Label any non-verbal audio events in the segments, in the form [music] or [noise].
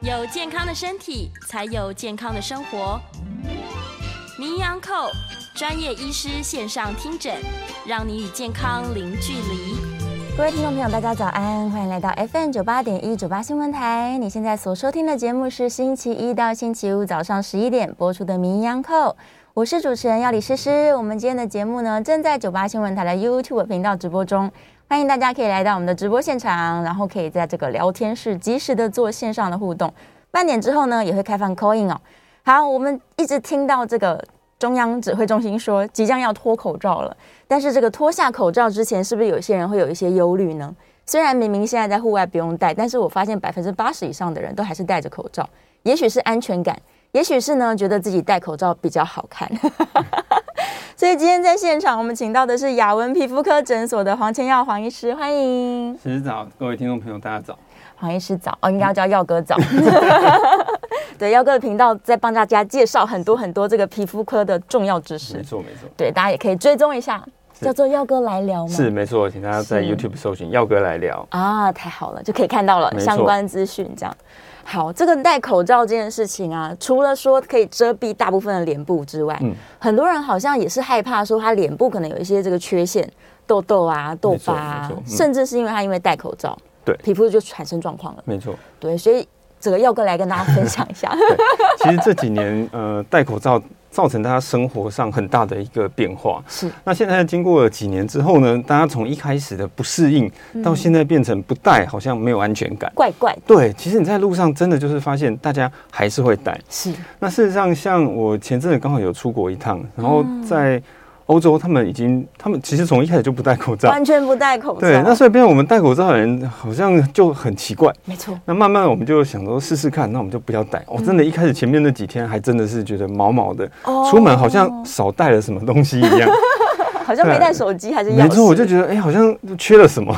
有健康的身体，才有健康的生活。名扬寇专业医师线上听诊，让你与健康零距离。各位听众朋友，大家早安，欢迎来到 FM 九八点一九八新闻台。你现在所收听的节目是星期一到星期五早上十一点播出的《名扬扣》，我是主持人要李诗诗。我们今天的节目呢，正在九八新闻台的 YouTube 频道直播中，欢迎大家可以来到我们的直播现场，然后可以在这个聊天室及时的做线上的互动。半点之后呢，也会开放 Coin 哦。好，我们一直听到这个中央指挥中心说即将要脱口罩了。但是这个脱下口罩之前，是不是有些人会有一些忧虑呢？虽然明明现在在户外不用戴，但是我发现百分之八十以上的人都还是戴着口罩。也许是安全感，也许是呢觉得自己戴口罩比较好看。 [laughs] 所以今天在现场，我们请到的是雅文皮肤科诊所的黄千耀黄医师，欢迎。其实早，各位听众朋友，大家早。黄医师早哦，应该要叫耀哥早。 [laughs] 对，耀哥的频道在帮大家介绍很多很多这个皮肤科的重要知识没，错，没错，对，大家也可以追踪一下，是叫做耀哥来聊吗？是没错，请大家在嗯是 YouTube 搜寻“耀哥来聊啊，太好了，就可以看到了没错相关资讯。这样，好，这个戴口罩这件事情啊，除了说可以遮蔽大部分的脸部之外，嗯很多人好像也是害怕说他脸部可能有一些这个缺陷，痘痘啊、痘没错疤啊没错，嗯甚至是因为他因为戴口罩，对皮肤就产生状况了”。。没错，对，所以这个耀哥来跟大家分享一 [laughs] 下。其实这几年，呃，戴口罩造成大家生活上很大的一个变化。是那现在经过了几年之后呢，大家从一开始的不适应，到现在变成不戴好像没有安全感。怪怪的，对，其实你在路上真的就是发现大家还是会戴。是那事实上，像我前阵子刚好有出国一趟，然后在欧洲，他们已经，他们其实从一开始就不戴口罩，完全不戴口罩。对，那所以变成我们戴口罩的人好像就很奇怪。没错，那慢慢我们就想说试试看，那我们就不要戴。嗯我、真的，一开始前面那几天还真的是觉得毛毛的，哦出门好像少带了什么东 [laughs] 西一样。好像没对带手机还是钥匙。没错，我就觉得哎、好像缺了什么。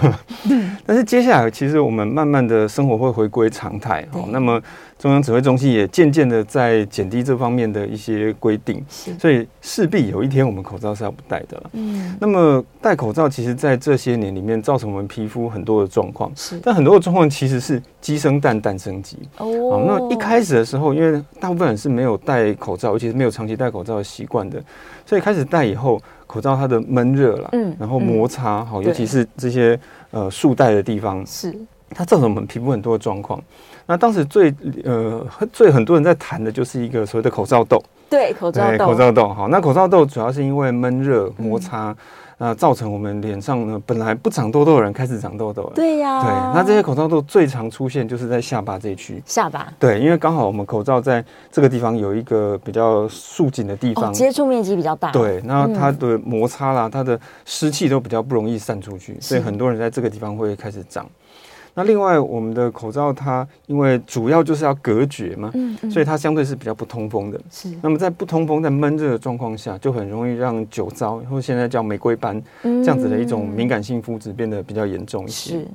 嗯 [laughs] 但是接下来，其实我们慢慢的生活会回归常态。对哦，那么中央指挥中心也渐渐的在减低这方面的一些规定，是所以势必有一天我们口罩是要不戴的了。嗯那么戴口罩，其实在这些年里面造成我们皮肤很多的状况，是但很多的状况其实是鸡生蛋，蛋生鸡。哦哦，那一开始的时候，因为大部分人是没有戴口罩，尤其是没有长期戴口罩的习惯的，所以开始戴以后，口罩它的闷热啦，嗯然后摩擦，好、对尤其是这些呃束带的地方，是它造成我们皮肤很多的状况。那当时最呃最很多人在谈的就是一个所谓的口罩痘，对口罩对，痘，嗯口罩痘。好，那口罩痘主要是因为闷热摩擦，那、造成我们脸上呢本来不长痘痘的人开始长痘痘了。对呀、对，那这些口罩痘最常出现就是在下巴这一区。下巴哦对，因为刚好我们口罩在这个地方有一个比较束紧的地哦，方，接啊触面积比较大，，对，那它的摩擦啦，它的湿气都比较不容易散出去，所以是很多人在这个地方会开始长。那另外，我们的口罩它因为主要就是要隔绝嘛，嗯嗯所以它相对是比较不通风的。是那么在不通风、在闷热的状况下，就很容易让酒糟或现在叫玫瑰斑这这样子的一种敏感性肤质变得比较严重一些。嗯是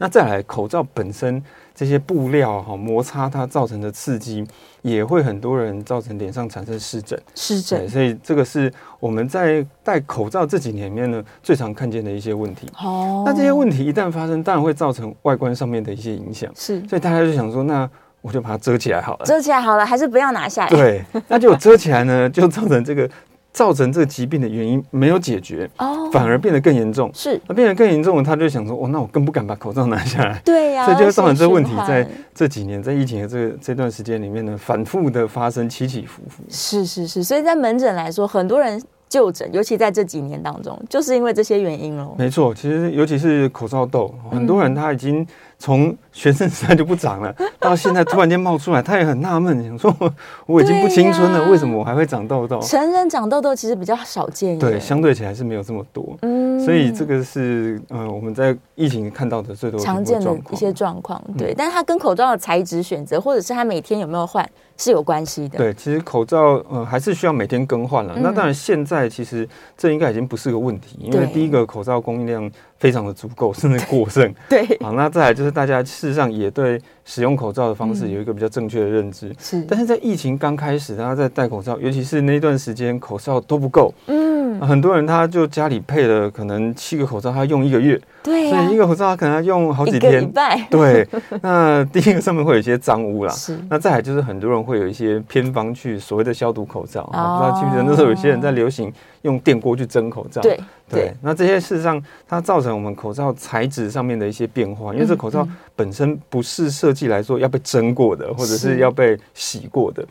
那再来，口罩本身这些布料哈、摩擦它造成的刺激，也会很多人造成脸上产生湿疹。湿对，疹所以这个是我们在戴口罩这几年里面呢最常看见的一些问题。哦，那这些问题一旦发生，当然会造成外观上面的一些影响，是所以大家就想说，那我就把它遮起来好了。遮起来好了，还是不要拿下来，，对，那就遮起来呢， [laughs] 就造成这个造成这个疾病的原因没有解决，哦，反而变得更严重。是那变得更严重了，他就想说，哦，那我更不敢把口罩拿下来。对呀、所以就会造成这个问题恶性循在环这几年，在疫情的这这段时间里面呢，反复的发生起起伏伏。是是是，所以在门诊来说，很多人就诊，尤其在这几年当中，就是因为这些原因喽，没错，其实尤其是口罩痘，嗯很多人他已经从学生时代就不长 [laughs] 了，到现在突然间冒出来，他也很纳闷，想说 [laughs] 我我已经不青春对了，呀为什么我还会长痘痘？成人长痘痘其实比较少见，对，相对起来是没有这么多。嗯所以这个是呃我们在疫情看到的最多的嗯常一个见状的况一些状况，对，但是它跟口罩的材质选择，或者是它每天有没有换是有关系的。对，其实口罩呃还是需要每天更换嗯了。那当然，现在其实这应该已经不是个问题，因对为第一个口罩供应量非常的足够，甚至过剩。 [laughs] 对，好，那再来就是大家事实上也对使用口罩的方嗯式有一个比较正确的认知。是，但是在疫情刚开始，大家在戴口罩，尤其是那段时间口罩都不够，嗯嗯，很多人他就家里配了可能七个口罩，他用一个月，对所呀以一，个口罩他可能要用好几一个礼天。拜，对，那第一个上面会有一些脏污啦， [laughs] 是那再来就是很多人会有一些偏方去所谓的消毒口罩，我、哦不知道记不记得那时候有些人在流行用电锅去蒸口罩。对对，那这些事实上它造成我们口罩材质上面的一些变化，嗯因为这口罩本身不是设计来说要被蒸过的，或者是是要被洗过的。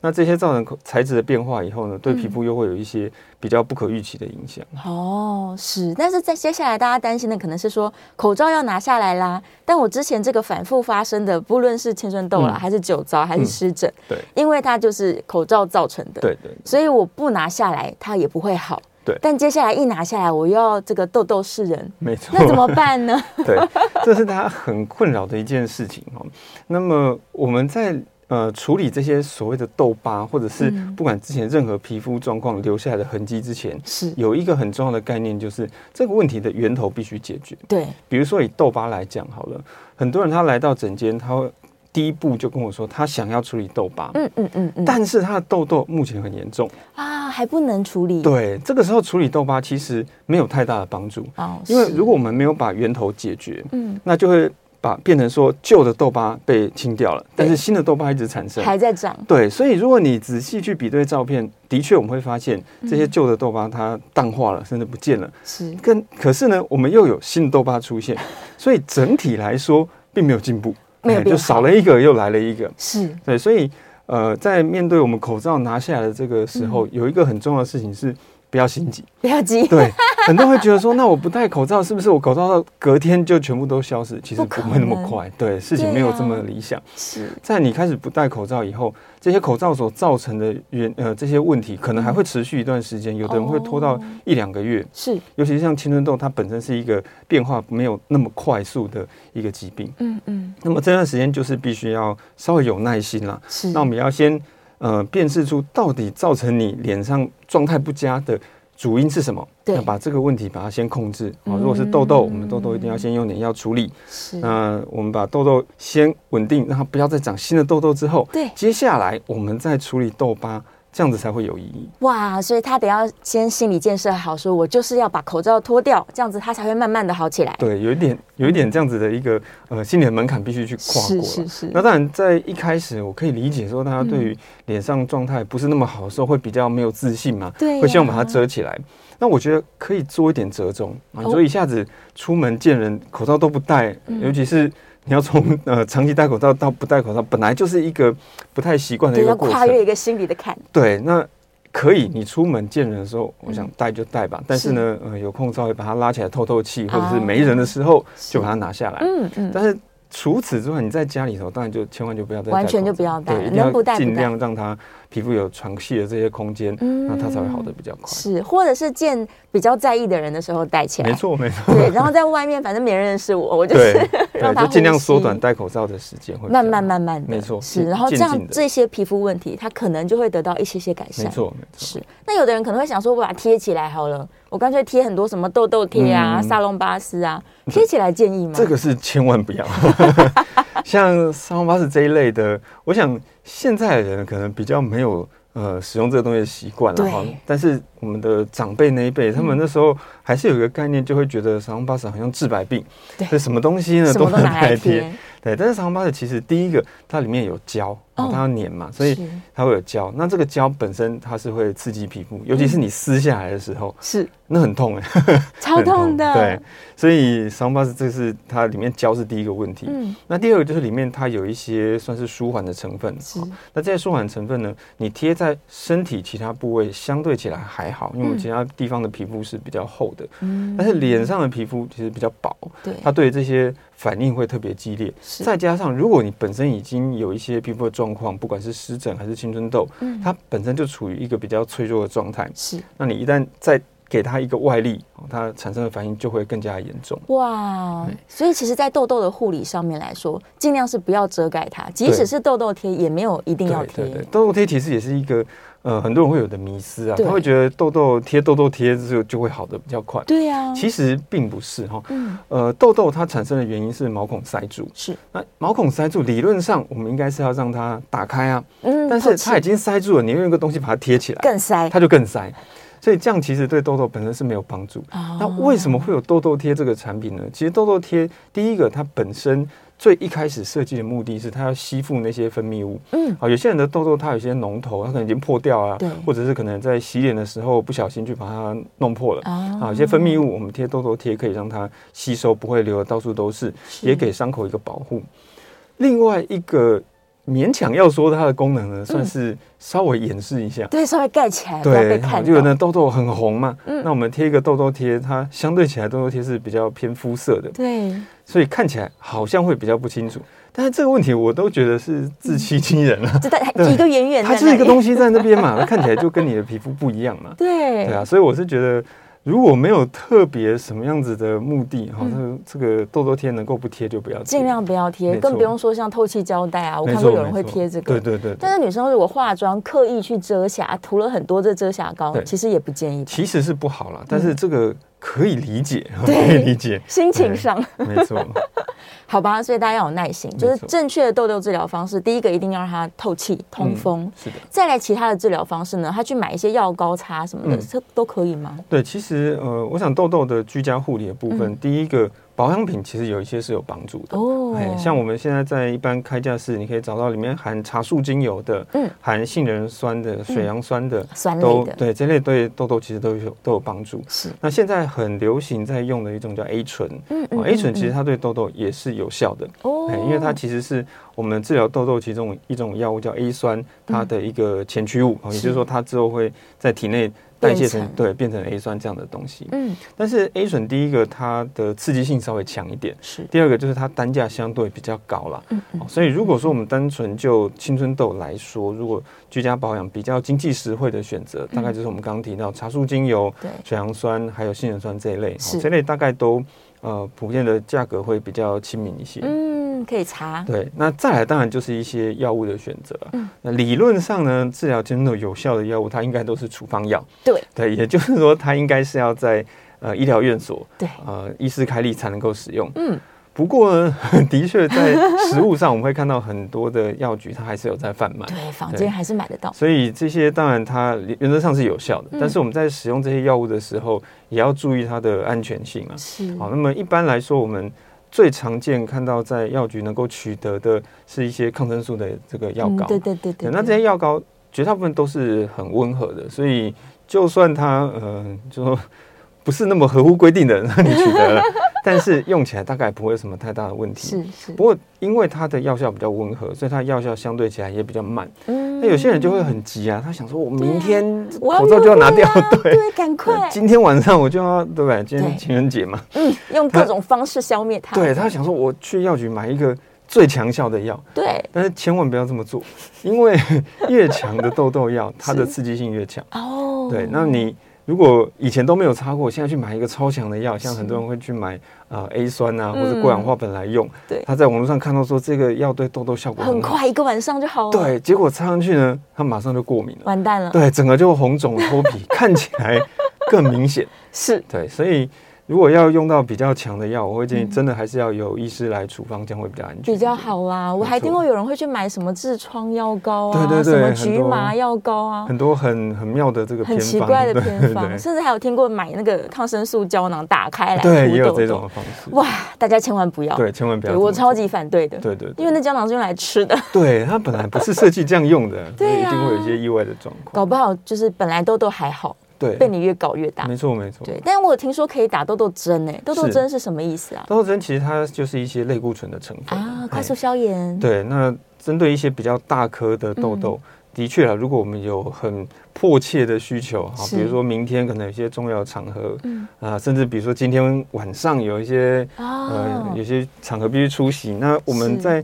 那这些造成口材质的变化以后呢，对嗯皮肤又会有一些比较不可预期的影响。哦，是，但是在接下来大家担心的可能是说口罩要拿下来啦，但我之前这个反复发生的，不论是青春痘啦，嗯还是酒糟，还是湿疹，对因为它就是口罩造成的，，对对所以我不拿下来，它也不会好，对但接下来一拿下来，我又要这个痘痘示 [laughs] 人，没错。那怎么办呢？对，这是大家很困扰的一件事情哦。那么我们在呃处理这些所谓的痘疤，或者是嗯不管之前任何皮肤状况留下来的痕迹之前，是， [laughs] 有一个很重要的概念，就是这个问题的源头必须解决。对，比如说以痘疤来讲好了，很多人他来到诊间，他会第一步就跟我说，他想要处理痘疤，嗯嗯嗯嗯，但是他的痘痘目前很严重。啊，还不能处理，，对，这个时候处理痘疤其实没有太大的帮助，哦，因为是如果我们没有把源头解决，嗯那就会把变成说旧的痘疤被清掉了，但是新的痘疤一直产生。还在长，对，所以如果你仔细去比对照片，的确我们会发现这些旧的痘疤它淡化了，甚至不见了。是跟可是呢，我们又有新的痘疤 [laughs] 出现，所以整体来说并没有进步，没有哎变嗯就好少了一个又来了一个。是，对，所以呃，在面对我们口罩拿下来的这个时嗯候，有一个很重要的事情是不要心急。不要急， [laughs] 对，很多人会觉得说，那我不戴口罩，是不是我口罩到隔天就全部都消失？其实不可不能会那么快，对，事情没有对啊这么理想。是在你开始不戴口罩以后，这些口罩所造成的原呃这些问题，可能还会持续一段时间，有的人会拖到哦一两个月。是，尤其是像青春痘，它本身是一个变化没有那么快速的一个疾病，嗯嗯那么这段时间就是必须要稍微有耐心啦。是，那我们要先呃辨识出到底造成你脸上状态不佳的主因是什么，对那把这个问题把它先控制。好、嗯如果是痘痘，我们痘痘一定要先用点药处理。是那我们把痘痘先稳定，让它不要再长新的痘痘之后，对接下来我们再处理痘疤，这样子才会有意义。哇，所以他得要先心理建设好，说我就是要把口罩脱掉，这样子他才会慢慢的好起来。对，有一点有一点这样子的一个呃心理的门槛必须去跨过是了。是嗯是，那当然，在一开始我可以理解说，大家对于脸上状态不是那么好的时候，会比较没有自信嘛，对呀啊会希望把它遮起来。那我觉得可以做一点折中啊，你哦嗯说一下子出门见人口罩都不戴，尤其是你要从呃长期戴口罩到不戴口罩，本来就是一个不太习惯的一对，个要过跨程。越一个心理的坎。对，那可以，你出门见人的时候，我想戴就戴吧。嗯但是是呢，呃，有空稍微把它拉起来透透气，或者哦是没人的时候是就把它拿下来。嗯嗯，但是除此之外，你在家里头当然就千万就不要再戴口罩完全就不要戴对，一定能不戴不戴要尽量让它皮肤有喘气的这些空间，嗯那它才会好的比较快。是，或者是见比较在意的人的时候戴起来。没。错，没 [laughs] 错，对，然后在外面反正没人认识我，我就是对让对，它呼就吸尽量缩短戴口罩的时间，会比较慢慢慢慢的，没错是，渐然后这渐样进的这些皮肤问题，它可能就会得到一些些改好。善。没错，没错，是，那有的人可能会想说，我把它贴起来好了，我干脆贴很多什么痘痘贴啊、嗯沙龙巴斯啊，贴起来建议吗？这个是千万 [laughs] 不要。像三红巴士这一类的，我想现在的人可能比较没有呃使用这个东西的习惯了对嗯哈。但是我们的长辈那一辈，他们那时候还是有一个概念，就会觉得三红巴士好像治百病，对这什么东西呢什么都能拿来贴，对，但是长疤的其实第一个它里面有胶，哦哦、它要粘嘛，所以是它会有胶。那这个胶本身它是会刺激皮肤，尤其是嗯你撕下来的时候，是那很痛哎、超 [laughs] 很痛的，对，，所以伤疤是这是它里面胶是第一个问题。嗯，那第二个就是里面它有一些算是舒缓的成分，是好那这些舒缓成分呢，你贴在身体其他部位相对起来还好，因为我嗯们其他地方的皮肤是比较厚的，嗯但是脸上的皮肤其实比较薄，对，它对这些反应会特别激烈。是再加上，如果你本身已经有一些皮肤的状况，不管是湿疹还是青春痘，嗯它本身就处于一个比较脆弱的状态。是那你一旦再给它一个外力，哦它产生的反应就会更加严重。哇，所以其实，在痘痘的护理上面来说，尽量是不要遮盖它，即对使是痘痘贴，也没有一定要对贴对，对，痘痘贴其实也是一个呃很多人会有的迷思啊，对他会觉得痘痘贴痘痘贴就就会好的比较快。对呀，其实并不是哈，嗯呃，痘痘它产生的原因是毛孔塞住。是，那毛孔塞住，理论上我们应该是要让它打开啊，嗯但透是气它已经塞住了，你用一个东西把它贴起来，更塞，它就更塞。所以这样其实对痘痘本身是没有帮助。哦那为什么会有痘痘贴这个产品呢？其实痘痘贴第一个它本身。最一开始设计的目的是它要吸附那些分泌物。嗯，好，有些人的痘痘它有些脓头，它可能已经破掉啊对，或者是可能在洗脸的时候不小心去把它弄破了。哦啊，有些分泌物我们贴痘痘贴可以让它吸收，不会流的到处都是，也给伤口一个保护。另外一个勉强要说它的功能呢，嗯算是稍微掩饰一下。对，稍微盖起来，哎不要被对，好看就有那到。痘痘很红嘛，嗯那我们贴一个痘痘贴，它相对起来痘痘贴是比较偏肤色的，对，所以看起来好像会比较不清楚。但是这个问题我都觉得是自欺欺人了、就在对一个圆圆的， [laughs] 它就是一个东西在那边嘛，它看起来就跟你的皮肤不一样嘛。 [laughs] 对，对啊，所以我是觉得，如果没有特别什么样子的目的，哈、这个这个痘痘贴能够不贴就不要贴，嗯尽量不要贴，没更不错用说像透气胶带啊，我没看错。过有人没会错贴这个。对对对对但是女生如果化妆刻意去遮瑕，涂了很多这遮瑕膏，对其实也不建议吧。其实是不好啦，但是这个可以理解，可嗯对以 [laughs] 理解，心情上，没错，好吧，所以大家要有耐心，就是没错正确的痘痘治疗方式，第一个一定要让它透气通嗯风。是的。再来其他的治疗方式呢，他去买一些药膏擦什么的，嗯这都可以吗？对，其实呃，我想痘痘的居家护理的部分，嗯第一个保养品其实有一些是有帮助的。哦哎，像我们现在在一般开架室，你可以找到里面含茶树精油的，嗯含杏仁酸的、水杨酸的，哦酸类都的，对这类对痘痘其实都有都有帮助。是，那现在很流行在用的一种叫 A 醇，嗯哦嗯，A 醇其实嗯它对痘痘也是有效的。哦哎，因为它其实是我们治疗痘痘其中一种药物叫 A 酸，嗯它的一个前驱物，哦也就是说它之后会在体内代谢成变成对变成 A 酸这样的东西。嗯但是 A 醇第一个它的刺激性稍微强一点，是，第二个就是它单价相对比较高啦。嗯嗯哦所以如果说我们单纯就青春痘来说，如果居家保养比较经济实惠的选择，大概嗯就是我们刚刚提到茶树精油、对水杨酸还有杏仁酸这一类，是哦这类大概都呃普遍的价格会比较亲民一些。嗯可以擦，对，那再来当然就是一些药物的选择。啊嗯那理论上呢，治疗青春痘有效的药物，它应该都是处方药。对对，也就是说，它应该是要在呃医疗院所对，呃医师开立才能够使用。嗯不过呢， [laughs] 的确在食物上，我们会看到很多的药局，它还是有在贩卖。对，房对间还是买得到，所以这些当然它原则上是有效的，嗯但是我们在使用这些药物的时候，也要注意它的安全性啊。是好，那么一般来说，我们最常见看到在药局能够取得的是一些抗生素的这个药嗯膏。对对对对，那这对些药膏绝大部分都是很温和的，所以就算它呃，就说不是那么合乎规定的让你取得了，但是用起来大概不会有什么太大的问题。是是不，过，因为它的药效比较温和，所以它药效相对起来也比较慢。嗯那有些人就会很急啊，他想说，我明天我要口罩就要拿掉入 [laughs] 会啦，对，对，赶快，今天晚上我就要，对吧？今对天情人节嘛，嗯，用各种方式消灭它，对他想说，我去药局买一个最强效的药，对，但是千万不要这么做，因为 [laughs] 越强的痘痘药，它的刺激性越强。哦，对，那你如果以前都没有擦过，现在去买一个超强的药，像很多人会去买呃 A 酸啊，或者过氧化苯来用。嗯对他在网络上看到说这个药对痘痘效果很很好，快一个晚上就好了，，对，结果擦上去呢，他马上就过敏了，完蛋了，对，整个就红肿脱皮， [laughs] 看起来更明显。是，对，所以如果要用到比较强的药，我会建议真的还是要由医师来处方，这样会比较安全，嗯比较。好啦。我没还错听过有人会去买什么痔疮药膏啊，对对对什么很局多麻药膏啊，很多很很妙的这个很奇偏方，怪的偏 [laughs] 对方，对甚至还有听过买那个抗生素胶囊打开来对对，涂也有痘这痘种的方式。哇，大家千万不要，对，千万不要对这么做。我超级反对的，对对对因为那胶囊是用来吃的，对，它本来不是设计这样 [laughs] 用的，所以对一啊定会有一些意外的状搞况。不好就是本来痘痘还好，对，被你越搞越大没。错没错。对，但我有听说可以打痘痘针诶，痘痘是针是什么意思啊？痘痘针其实它就是一些类固醇的成分啊，哎快速消炎。对，那针对一些比较大颗的嗯痘痘，的确啊，如果我们有很迫切的需求啊，是比如说明天可能有一些重要的场合，嗯啊、甚至比如说今天晚上有一些、啊呃，有些场合必须出席，那我是们在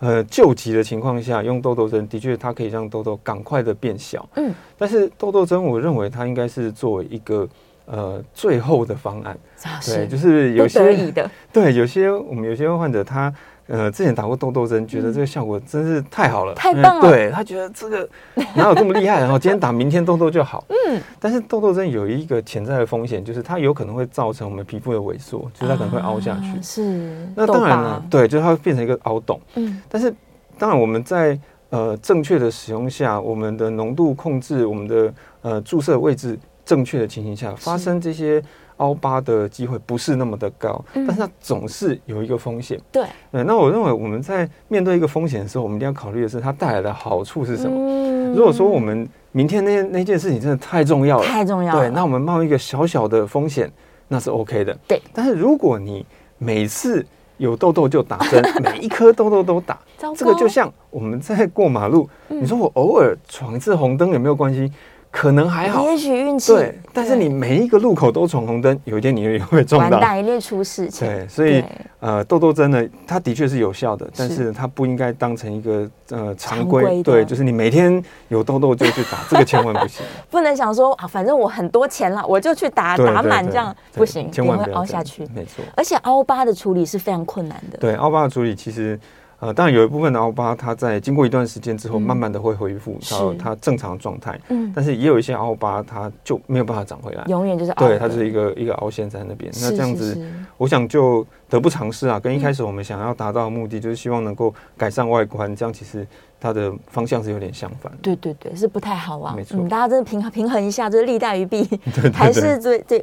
呃救急的情况下用痘痘针，的确它可以让痘痘赶快的变小。嗯，但是痘痘针，我认为它应该是作为一个。呃，最后的方案，啊对，是就是有不些得已的，对，有些我们有些患者他呃之前打过痘痘针，觉得这个效果真是太好了，嗯太嗯棒了对他觉得这 [laughs] 个哪有这么厉害，然后今天打，明天痘痘就好。嗯，但是痘痘针有一个潜在的风险，就是它有可能会造成我们皮肤的萎缩，就是它可能会凹下去啊。是，那痘当然疤了，，对，就是它会变成一个凹洞。嗯，但是当然我们在呃正确的使用下，我们的浓度控制，我们的呃注射位置。正确的情形下，发生这些凹疤的机会不是那么的高，嗯但是它总是有一个风险。对，对，那我认为我们在面对一个风险的时候，我们一定要考虑的是它带来的好处是什么。嗯如果说我们明天那那件事情真的太重要了，太重要了，对，那我们冒一个小小的风险，那是 OK 的。对，但是如果你每次有痘痘就打 [laughs] 针，每一颗痘痘都打，糟糕嗯这个就像我们在过马路，你说我偶尔闯一次红灯有没有关系？可能还好，也许运气对。但是你每一个路口都闯红灯，有一天你也会撞完到。蛋，一定出事情。对，所以对呃，痘痘针呢，它的确是有效的，但是是它不应该当成一个呃常常规。规的对，就是你每天有痘痘就去 [laughs] 打，这个千万不行。不能想说啊，反正我很多钱了，我就去打对打对满对这样，对不行，千你万会不要凹这下样去。没错，而且凹疤的处理是非常困难的。对，凹疤的处理其实，呃，当然有一部分的凹疤，它在经过一段时间之后，嗯慢慢的会恢复到是它正常状态。嗯，但是也有一些凹疤，它就没有办法长回来。永远就是凹的。对，它就是一个一个凹陷在那边。那是这样是嗯子，是我想就得不偿失啊。跟一开始我们想要达到的目的，就是希望能够改善外观，这样其实它的方向是有点相反的。对对对，是不太好啊。没错大家真的平衡平衡一下，就是利大于 [laughs] 弊，还是这这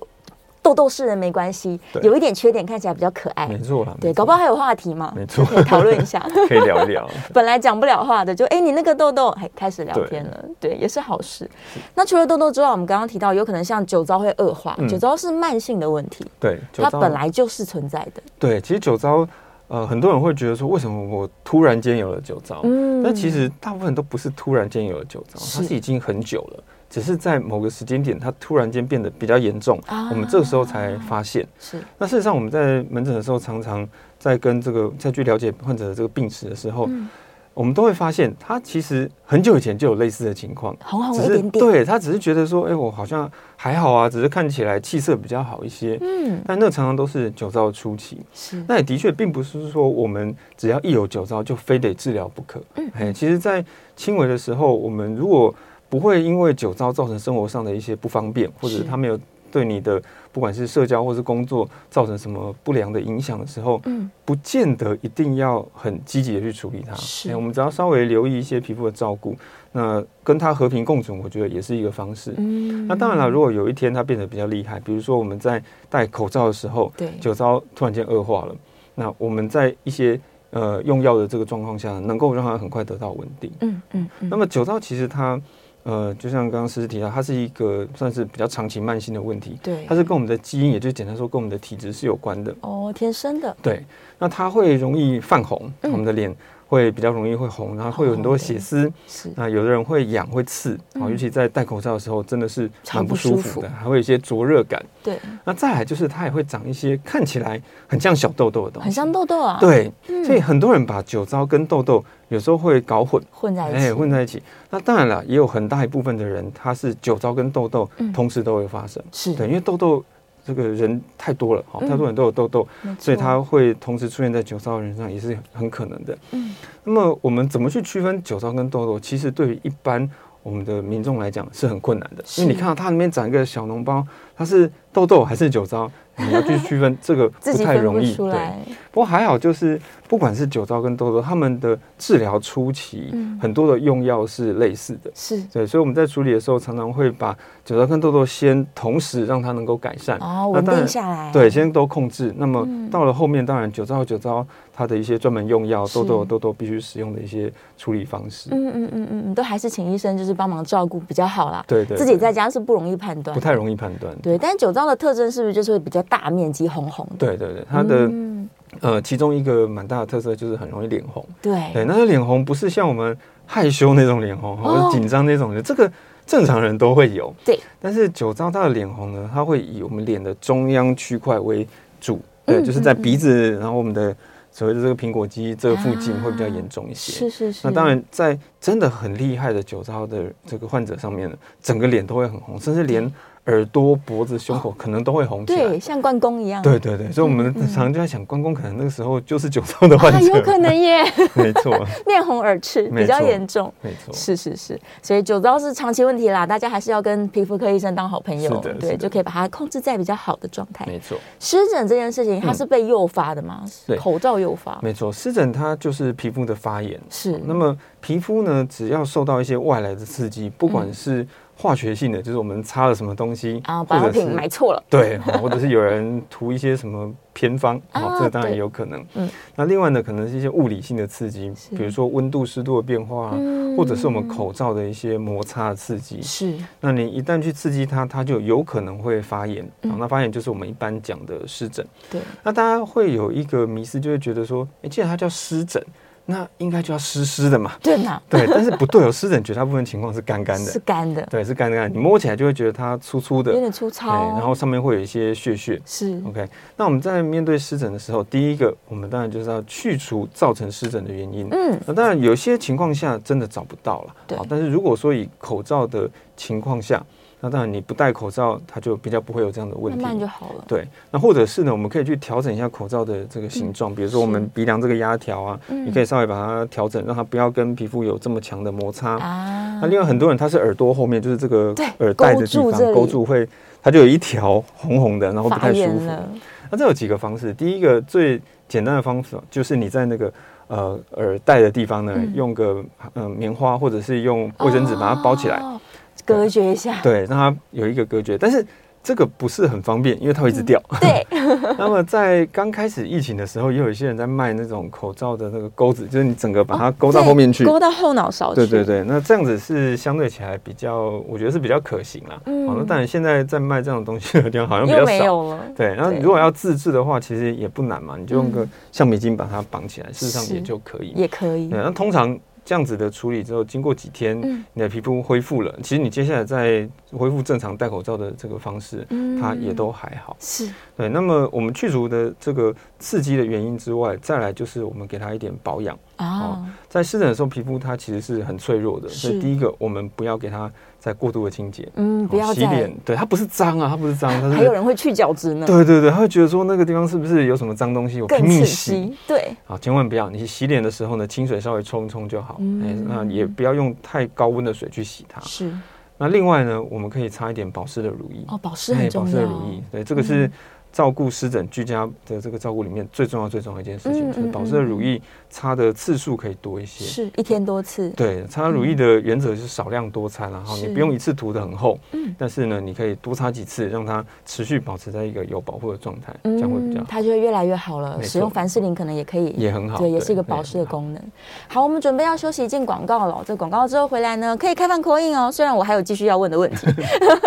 痘痘是人没关系，对有一点缺点看起来比较可爱没。错啦，对，没错搞不好还有话题嘛，没错可以讨论一下。 [laughs] 可以聊一 [laughs] 聊。本来讲不了话的，就哎、你那个痘痘，哎，开始聊天了，对，也是好事。那除了痘痘之外，我们刚刚提到有可能像酒糟会恶化，嗯酒糟是慢性的问题，对，酒它糟本来就是存在的。对，其实酒糟，呃，很多人会觉得说，为什么我突然间有了酒糟？嗯但其实大部分都不是突然间有了酒糟，它是是已经很久了，只是在某个时间点，它突然间变得比较严重，啊我们这个时候才发现。是那事实上，我们在门诊的时候，常常在跟这个再去了解患者的这个病史的时候，嗯我们都会发现，他其实很久以前就有类似的情况，红红只哦一是点点，，对他只是觉得说，哎、我好像还好啊，只是看起来气色比较好一些。嗯，但那常常都是酒糟的初期，是那也的确并不是说我们只要一有酒糟就非得治疗不可。嗯，哎，其实，在轻微的时候，我们如果不会因为酒糟造成生活上的一些不方便，或者是是它没有对你的不管是社交或是工作造成什么不良的影响的时候，嗯，不见得一定要很积极的去处理它。是哎我们只要稍微留意一些皮肤的照顾，那跟它和平共存，我觉得也是一个方式。嗯那当然了，如果有一天它变得比较厉害，比如说我们在戴口罩的时候，对酒糟突然间恶化了，那我们在一些呃用药的这个状况下，能够让它很快得到稳定。嗯嗯嗯，那么酒糟其实它呃，就像刚刚诗诗提到，它是一个算是比较长期慢性的问题，对，它是跟我们的基因，也就是简单说跟我们的体质是有关的。哦，天生的，对，那它会容易泛红，嗯我们的脸会比较容易会红，然后会有很哦多血丝。是那有的人会痒会刺，啊、尤其在戴口罩的时候，真的是嗯超蛮不不舒舒服服的，还会有一些灼热感。对，那再来就是它也会长一些看起来很像小痘痘的东西，很像痘痘啊，，对，嗯所以很多人把酒糟跟痘痘有时候会搞混，混在一哎，起，混在一起。那当然了，也有很大一部分的人他是酒糟跟痘痘嗯同时都会发生，是对，因为痘痘。这个人太多了，好，嗯太多人都有痘痘，没错所以它会同时出现在酒糟的人上，也是很可能的。嗯，那么我们怎么去区分酒糟跟痘痘？其实对于一般我们的民众来讲是很困难的，因为你看到它里面长一个小脓包，它是痘痘还是酒糟，你要去区分 [laughs] 这个自不己太分不容易。出对，来，不过还好，就是不管是酒糟跟痘痘，他们的治疗初期嗯很多的用药是类似的。是对，所以我们在处理的时候，常常会把酒糟跟痘痘先同时让它能够改善，哦，那稳当然定下来，对，先都控制。那么嗯到了后面，当然酒糟有酒糟它的一些专门用药，是痘痘有痘痘必须使用的一些处理方式。嗯嗯嗯嗯嗯，都还是请医生就是帮忙照顾比较好啦。对对，自己对在家是不容易判断不。太容易判断。对，但酒糟的特征是不是就是会比较大面积红红的？对对对，它的嗯，呃，其中一个蛮大的特色就是很容易脸红。哎对，对，那个脸红不是像我们害羞那种脸红，或哦者紧张那种的，这个正常人都会有。对，但是酒糟它的脸红呢，它会以我们脸的中央区块为主，嗯对，就是在鼻子，然后我们的所谓的这个苹果肌这个附近会比较严重一些。是是是。那当然，在真的很厉害的酒糟的这个患者上面呢，整个脸都会很红，甚至连耳朵、脖子、胸口可能都会红起来哦对，。像关公一样。对对对，所以我们常常就在想，关公可能那个时候就是酒糟的患啊，者，有可能 [laughs] 耶，没错，面红耳赤比没较错严重。没 [laughs] 错，是是是，所以酒糟是长期问题啦，大家还是要跟皮肤科医生当好朋友，是的是对，的就可以把它控制在比较好的状态。没错。湿疹这件事情，它是被诱发的吗？对口罩诱发，没错，湿疹它就是皮肤的发炎。是那么皮肤呢，只要受到一些外来的刺激，不管是化学性的，就是我们擦了什么东西嗯啊，保养品买错了，对，或者是有人涂一些什么偏方，啊，这个当然有可能。嗯，那另外呢，可能是一些物理性的刺激，比如说温度、湿度的变化，啊或者是我们口罩的一些摩擦刺激。嗯是，那你一旦去刺激它，它就有可能会发炎。嗯那发炎就是我们一般讲的湿疹。对，那大家会有一个迷思，就会觉得说，哎，既然它叫湿疹。那应该就要湿 [laughs] 湿的嘛，对嘛？对，但是不对哦，湿疹绝大部分情况是干干的，啊是干的，对，是干干的，你摸起来就会觉得它粗粗的，哎有点粗糙，然后上面会有一些血血。是 OK，那我们在面对湿疹的时候，第一个我们当然就是要去除造成湿疹的原因。嗯，那当然有些情况下真的找不到了，对好但是如果说以口罩的情况下，那当然你不戴口罩，它就比较不会有这样的问慢题。慢就好了。对，那或者是呢，我们可以去调整一下口罩的这个嗯形状，比如说我们鼻梁这个压条啊，你可以稍微把它调整，让它不要跟皮肤有这么强的摩擦。啊，那另外很多人他是耳朵后面就是这个对耳带的地勾住这方里勾住会，它就有一条红红的，然后不发太舒炎服。了，那这有几个方式，第一个最简单的方法就是你在那个呃耳带的地方呢，嗯用个呃棉花或者是用卫生纸把它包起来，哦，隔绝一下。对，让它有一个隔绝，但是。这个不是很方便，因为它会一直掉。嗯对， [laughs] 那么在刚开始疫情的时候，也有一些人在卖那种口罩的那个钩子，就是你整个把它勾到哦对后面去。勾到后脑勺去。对对对，那这样子是相对起来比较，我觉得是比较可行啦。嗯好，那当然现在在卖这种东西的地方好像比又较没少。有了。对，然后对如果要自制的话，其实也不难嘛，你就用个嗯橡皮筋把它绑起来，事实上是嗯也就可以。也可以对，那通常这样子的处理之后，经过几天，嗯你的皮肤恢复了，其实你接下来再恢复正常戴口罩的这个方式，嗯它也都还好。是对，那么我们去除的这个刺激的原因之外，再来就是我们给它一点保养。啊，在湿疹的时候，皮肤它其实是很脆弱的，所以是第一个，我们不要给它再过度的清洁，嗯，不要哦洗再脸。。对，它不是脏啊，它不是脏，它还有是人会去角质呢，对对对，它会觉得说那个地方是不是有什么脏东西，我嗯拼更命刺洗。激。对，好，千万不要！你洗脸的时候呢，清水稍微冲一冲就好。嗯哎，那也不要用太高温的水去洗它。是那另外呢，我们可以擦一点保湿的乳液。哦，保湿哎很保重湿的乳要液，。对，这个是照顾湿疹居家的这个照顾里面最重要最重要的一件事情，嗯就是嗯保嗯湿的乳液擦的次数可以多一些。是一天多次，对，擦乳液的原则是少量多擦啦，然后你是不用一次涂的很厚，嗯但是呢，你可以多擦几次，让它持续保持在一个有保护的状态，嗯这样会比较好，它就会越来越好了。没错使用凡士林可能也可以，也很好。对，也是一个保也湿的很好功能。好，我们准备要休息一进广告了哦。这广告之后回来呢，可以开放口音哦。虽然我还有继续要问的问题， [laughs]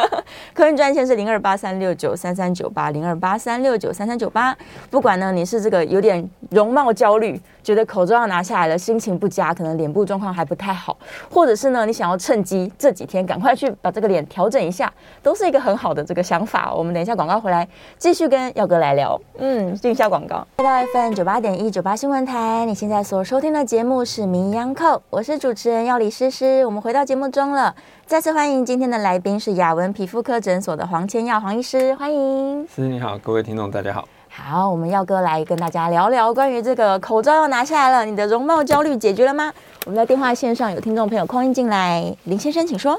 口音专线是零二八三六九三三九八零二八三六九三三九八。不管呢，你是这个有点容貌焦虑，觉得口罩要拿下来了，心情不佳，可能脸部状况还不太好，或者是呢，你想要趁机这几天赶快去把这个脸调整一下，都是一个很好的这个想法哦。我们等一下广告回来继续跟耀哥来聊。嗯，进一下广告。来到 FM 九八点一九八新闻台，你现在所收听的节目是《名央扣》，我是主持人要李诗诗。我们回到节目中了，再次欢迎今天的来宾是雅文皮肤科诊所的黄千耀黄医师，欢迎。是你好，各位听众大家好。好，我们耀哥来跟大家聊聊关于这个口罩要啊拿下来了，你的容貌焦虑解决了吗？我们在电话线上有听众朋友空音进来，林先生请说。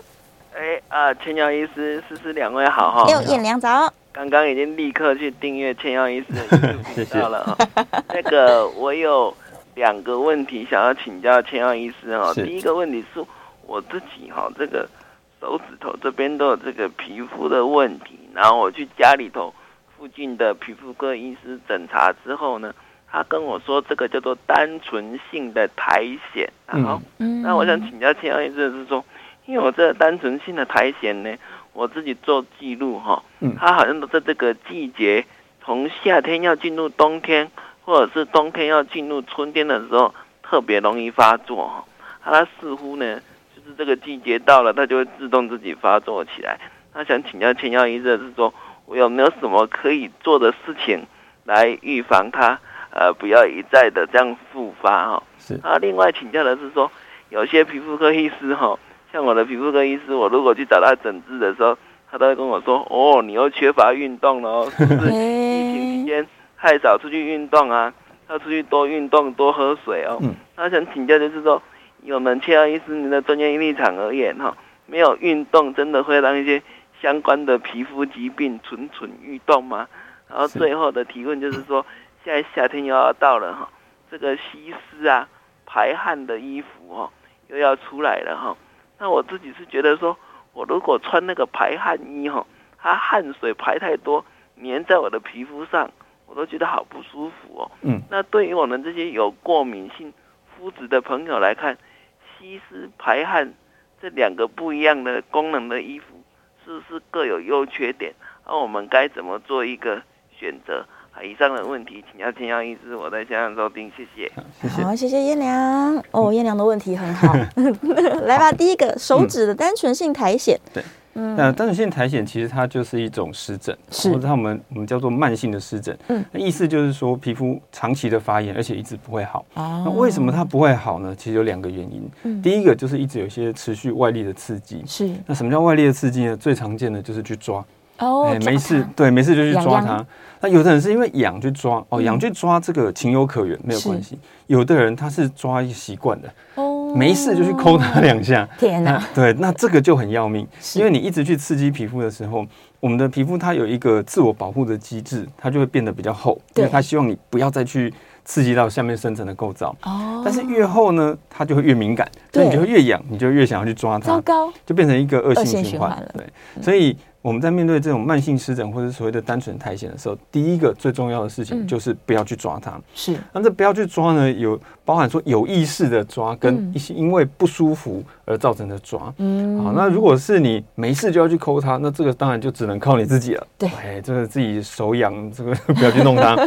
哎啊，千耀医师，思思两位哦好哈！六燕良早，刚刚已经立刻去订阅千耀医师 [laughs] 的 YouTube 频道了哈。 [laughs] 那个，我有两个问题想要请教千耀医师哈。是第一个问题是我自己哈，这个手指头这边都有这个皮肤的问题，然后我去家里头附近的皮肤科医师诊查之后呢，他跟我说这个叫做单纯性的苔藓，然后嗯嗯那我想请教千阳医师的是说，因为我这个单纯性的苔藓呢，我自己做记录哈，嗯它好像都在这个季节，从夏天要进入冬天，或者是冬天要进入春天的时候，特别容易发作哈。啊它似乎呢，就是这个季节到了，它就会自动自己发作起来。那想请教千耀医师的是说，我有没有什么可以做的事情来预防它，呃，不要一再的这样复发哈、是啊，另外请教的是说，有些皮肤科医师哈、像我的皮肤科医师，我如果去找他诊治的时候，他都会跟我说：“哦，你又缺乏运动了 [laughs] 哦，是不是疫情期间太少出去运动啊？要出去多运动，多喝水哦。嗯那想请教就是说，以我们切药医师您的专业立场而言哈、没有运动真的会让一些相关的皮肤疾病蠢蠢欲动吗？然后是最后的提问就是说， [laughs] 现在夏天又要到了哈、这个吸湿啊、哦排汗的衣服哈、又要出来了哈、那我自己是觉得说，我如果穿那个排汗衣哈，它汗水排太多，粘在我的皮肤上，我都觉得好不舒服哦。嗯，那对于我们这些有过敏性肤质的朋友来看，吸湿排汗这两个不一样的功能的衣服，是不是各有优缺点？那我们该怎么做一个选择？啊，以上的问题请教天耀医师，我在现场收听，谢谢。谢谢。嗯好，谢谢燕良。哦，燕良的问题很 [laughs] 好，来吧，第一个手指的单纯性苔藓，那单纯性苔藓其实它就是一种湿疹，是或者它我们我们叫做慢性的湿疹。嗯，那意思就是说皮肤长期的发炎，而且一直不会好。哦那为什么它不会好呢？其实有两个原因。嗯第一个就是一直有一些持续外力的刺激。是那什么叫外力的刺激呢？最常见的就是去抓，哦哎，没事抓，对，没事就去痒抓痒嗯它。那有的人是因为痒去抓，哦，痒去抓这个情有可原，没有是关系。有的人他是抓一个习惯的，它哦没事就去抠它两下。天那哪， [laughs] 对，那这个就很要命，是因为你一直去刺激皮肤的时候，我们的皮肤它有一个自我保护的机制，它就会变得比较厚，因对为它希望你不要再去刺激到下面深层的构造。哦但是越厚呢，它就会越敏感，所以你对就会越痒，你就越想要去抓糟它，糕，就变成一个恶恶性性循循环环了。嗯对，所以我们在面对这种慢性湿疹或者所谓的单纯苔藓的时候，第一个最重要的事情嗯就是不要去抓它。是那这不要去抓呢，有包含说有意识的抓，嗯跟一些因为不舒服而造成的抓。嗯好，那如果是你没事就要去抠它，那这个当然就只能靠你自己了。对哎，这个自己手痒，这个 [laughs] 不要去弄 [laughs] 它。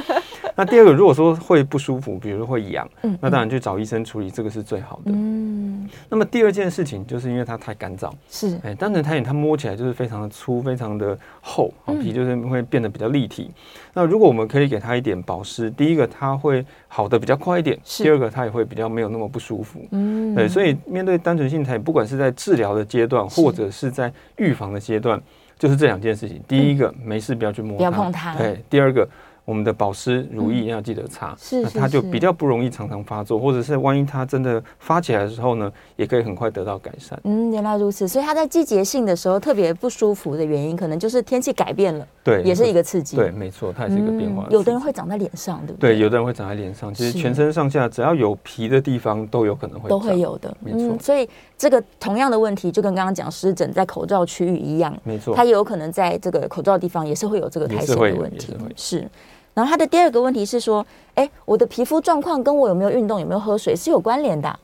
那第二个，如果说会不舒服，比如说会痒，嗯那当然去找医生处理，这个是最好的。嗯那么第二件事情，就是因为它太干燥，是哎，单纯苔藓它摸起来就是非常的粗，非常的厚，好嗯皮就是会变得比较立体。那如果我们可以给它一点保湿，第一个它会好的比较快一点，是第二个它也会比较没有那么不舒服。嗯对，所以以面对单纯性苔，不管是在治疗的阶段，是或者是在预防的阶段，就是这两件事情。第一个，没事不要去摸嗯它，不要碰它嗯对，第二个，我们的保湿乳液要记得擦，是那是它就是比较不容易常常发作，或者是万一它真的发起来的时候呢，也可以很快得到改善。嗯原来如此，所以它在季节性的时候特别不舒服的原因，可能就是天气改变了，对，也是一个刺激，对，没错，它也是一个变化嗯刺激。有的人会长在脸上，对不对，有的人会长在脸上，其是实全身上下只要有皮的地方都有可能会都会长，有的，嗯没错所以这个同样的问题就跟刚刚讲湿疹在口罩区域一样，没错它。也有可能在这个口罩地方也是会有这个苔也是藓会的有问题也是会有，是。然后它的第二个问题是说，哎，我的皮肤状况跟我有没有运动、有没有喝水是有关联的啊、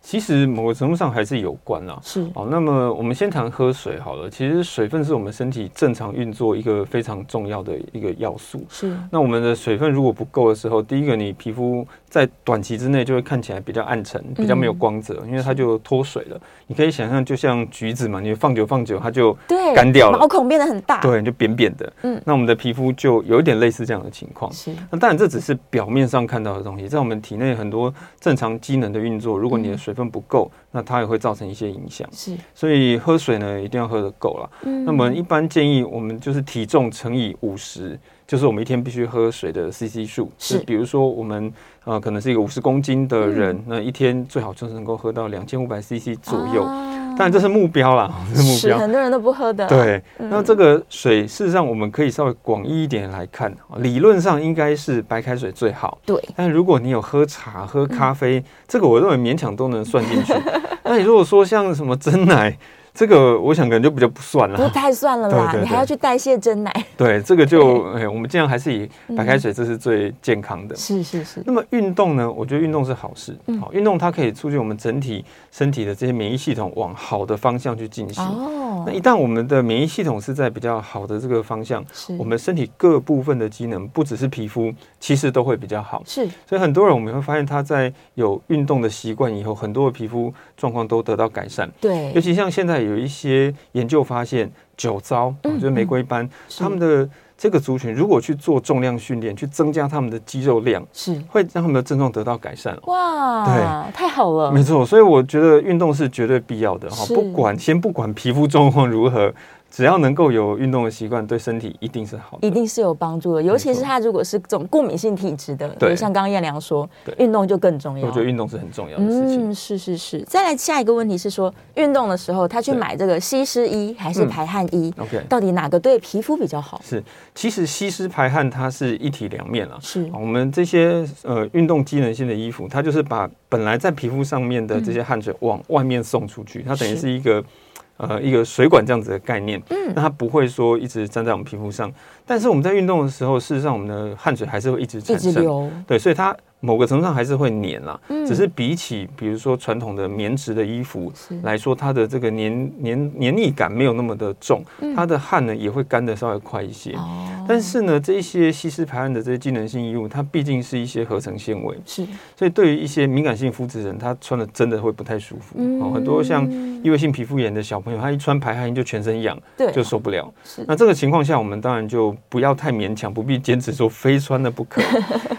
其实某个程度上还是有关啦。是好，那么我们先谈喝水好了。其实水分是我们身体正常运作一个非常重要的一个要素。是，那我们的水分如果不够的时候，第一个你皮肤在短期之内就会看起来比较暗沉，比较嗯没有光泽，因为它就脱水了。你可以想象，就像橘子嘛，你放久放久，它就对，干掉了毛孔变得很大，，对，就扁扁的。嗯嗯，那我们的皮肤就有一点类似这样的情况。是那当然，这只是表面上看到的东西，在我们体内很多正常机能的运作，如果嗯你的水分不够，那它也会造成一些影响。是，所以喝水呢，一定要喝得够了。嗯那么一般建议我们就是体重乘以五十，就是我们一天必须喝水的 CC 数。是就比如说我们呃可能是一个五十公斤的嗯人，那一天最好就是能够喝到两千五百 CC 左右。啊当然这是目标啦， [laughs] 这是目是标。很多人都不喝的，，对，那这个水事实上我们可以稍微广义一点来看，理论上应该是白开水最好。对，但如果你有喝茶、喝咖啡，嗯这个我认为勉强都能算 [laughs] 进去。那你如果说像什么真奶，这个我想可能就比较不算不了。太算了啦，对对你还对要去代谢真奶， [laughs] 对，这个就哎，我们尽量还是以白开水，这是最健康的。是是是，那么运动呢？我觉得运动是好事。嗯好，运动它可以促进我们整体身体的这些免疫系统往好的方向去进行。哦那一旦我们的免疫系统是在比较好的这个方向，是我们身体各部分的机能，不只是皮肤，其实都会比较好。是所以很多人我们会发现，他在有运动的习惯以后，很多的皮肤状况都得到改善。对尤，其像现在有一些研究发现，酒糟，啊嗯就是玫瑰斑，他们的这个族群如果去做重量训练，去增加他们的肌肉量，是会让他们的症状得到改善哦。哇，太好了没，错，所以我觉得运动是绝对必要的哈，嗯是不管先不管皮肤状况如何，只要能够有运动的习惯，对身体一定是好的。一定是有帮助的，尤其是他如果是这种过敏性体质的，对也像刚刚燕良说对，运动就更重我要觉。得运动是很重要的事情。哎嗯，是是是。再来下一个问题是说，运动的时候他去对买这个吸湿衣还是嗯排汗衣， OK，到底哪个对皮肤比较好？是，其实吸湿排汗它是一体两面啦。是我们这些呃运动机能性的衣服，它就是把本来在皮肤上面的这些汗水往外面送出去，它等于是是一个呃一个水管这样子的概念，嗯那它不会说一直粘在我们皮肤上。但是我们在运动的时候，事实上我们的汗水还是会一直一产直生，流，对，所以它某个程度上还是会粘啦。嗯只是比起比如说传统的棉质的衣服是来说，它的这个黏黏黏腻感没有那么的重，它的汗呢也会干的稍微快一些。嗯哦，但是呢，这一些吸湿排汗的这些机能性衣物，它毕竟是一些合成纤维，是所以对于一些敏感性肤质人，他穿的真的会不太舒服。嗯哦，很多像异位性皮肤炎的小朋友，他一穿排汗衣就全身痒，对，就受不了。是那这个情况下，我们当然就不要太勉强，不必坚持说非穿的不 [laughs] 可。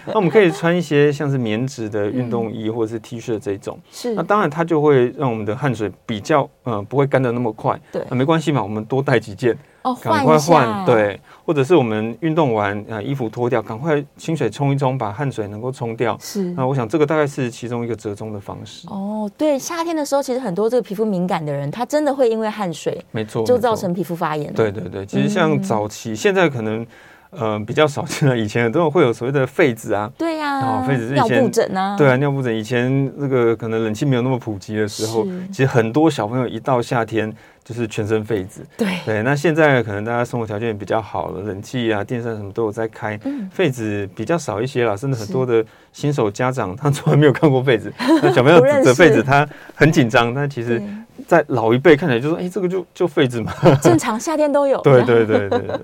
那我们可以穿一些像是棉质的运动衣或者是 T 恤这种，是那当然它就会让我们的汗水比较，呃，不会干的那么快。对那没关系嘛，我们多带几件，哦，嗯赶换快一下换，，对，或者是我们运动完，呃，衣服脱掉，赶快清水冲一冲，把汗水能够冲掉。是那我想这个大概是其中一个折中的方式，哦，对，夏天的时候其实很多这个皮肤敏感的人，他真的会因为汗水没错，就没错造成皮肤发炎了，对对对，其实嗯像早期，现在可能呃比较少见了，以前很多人会有所谓的痱子啊。对呀、哦痱子之尿布前疹啊，对啊，尿布疹以前那个可能冷气没有那么普及的时候是，其实很多小朋友一到夏天就是全身痱子。对对，那现在可能大家生活条件也比较好了，冷气啊、电扇什么都有在开，嗯痱子比较少一些啦。甚至很多的新手家长他从来没有看过痱子，那小朋友不认指着痱识子他很紧张，但其实，在老一辈看起来就说，哎，这个就就痱子嘛。 [laughs] 正常夏天都有。对对对对对对。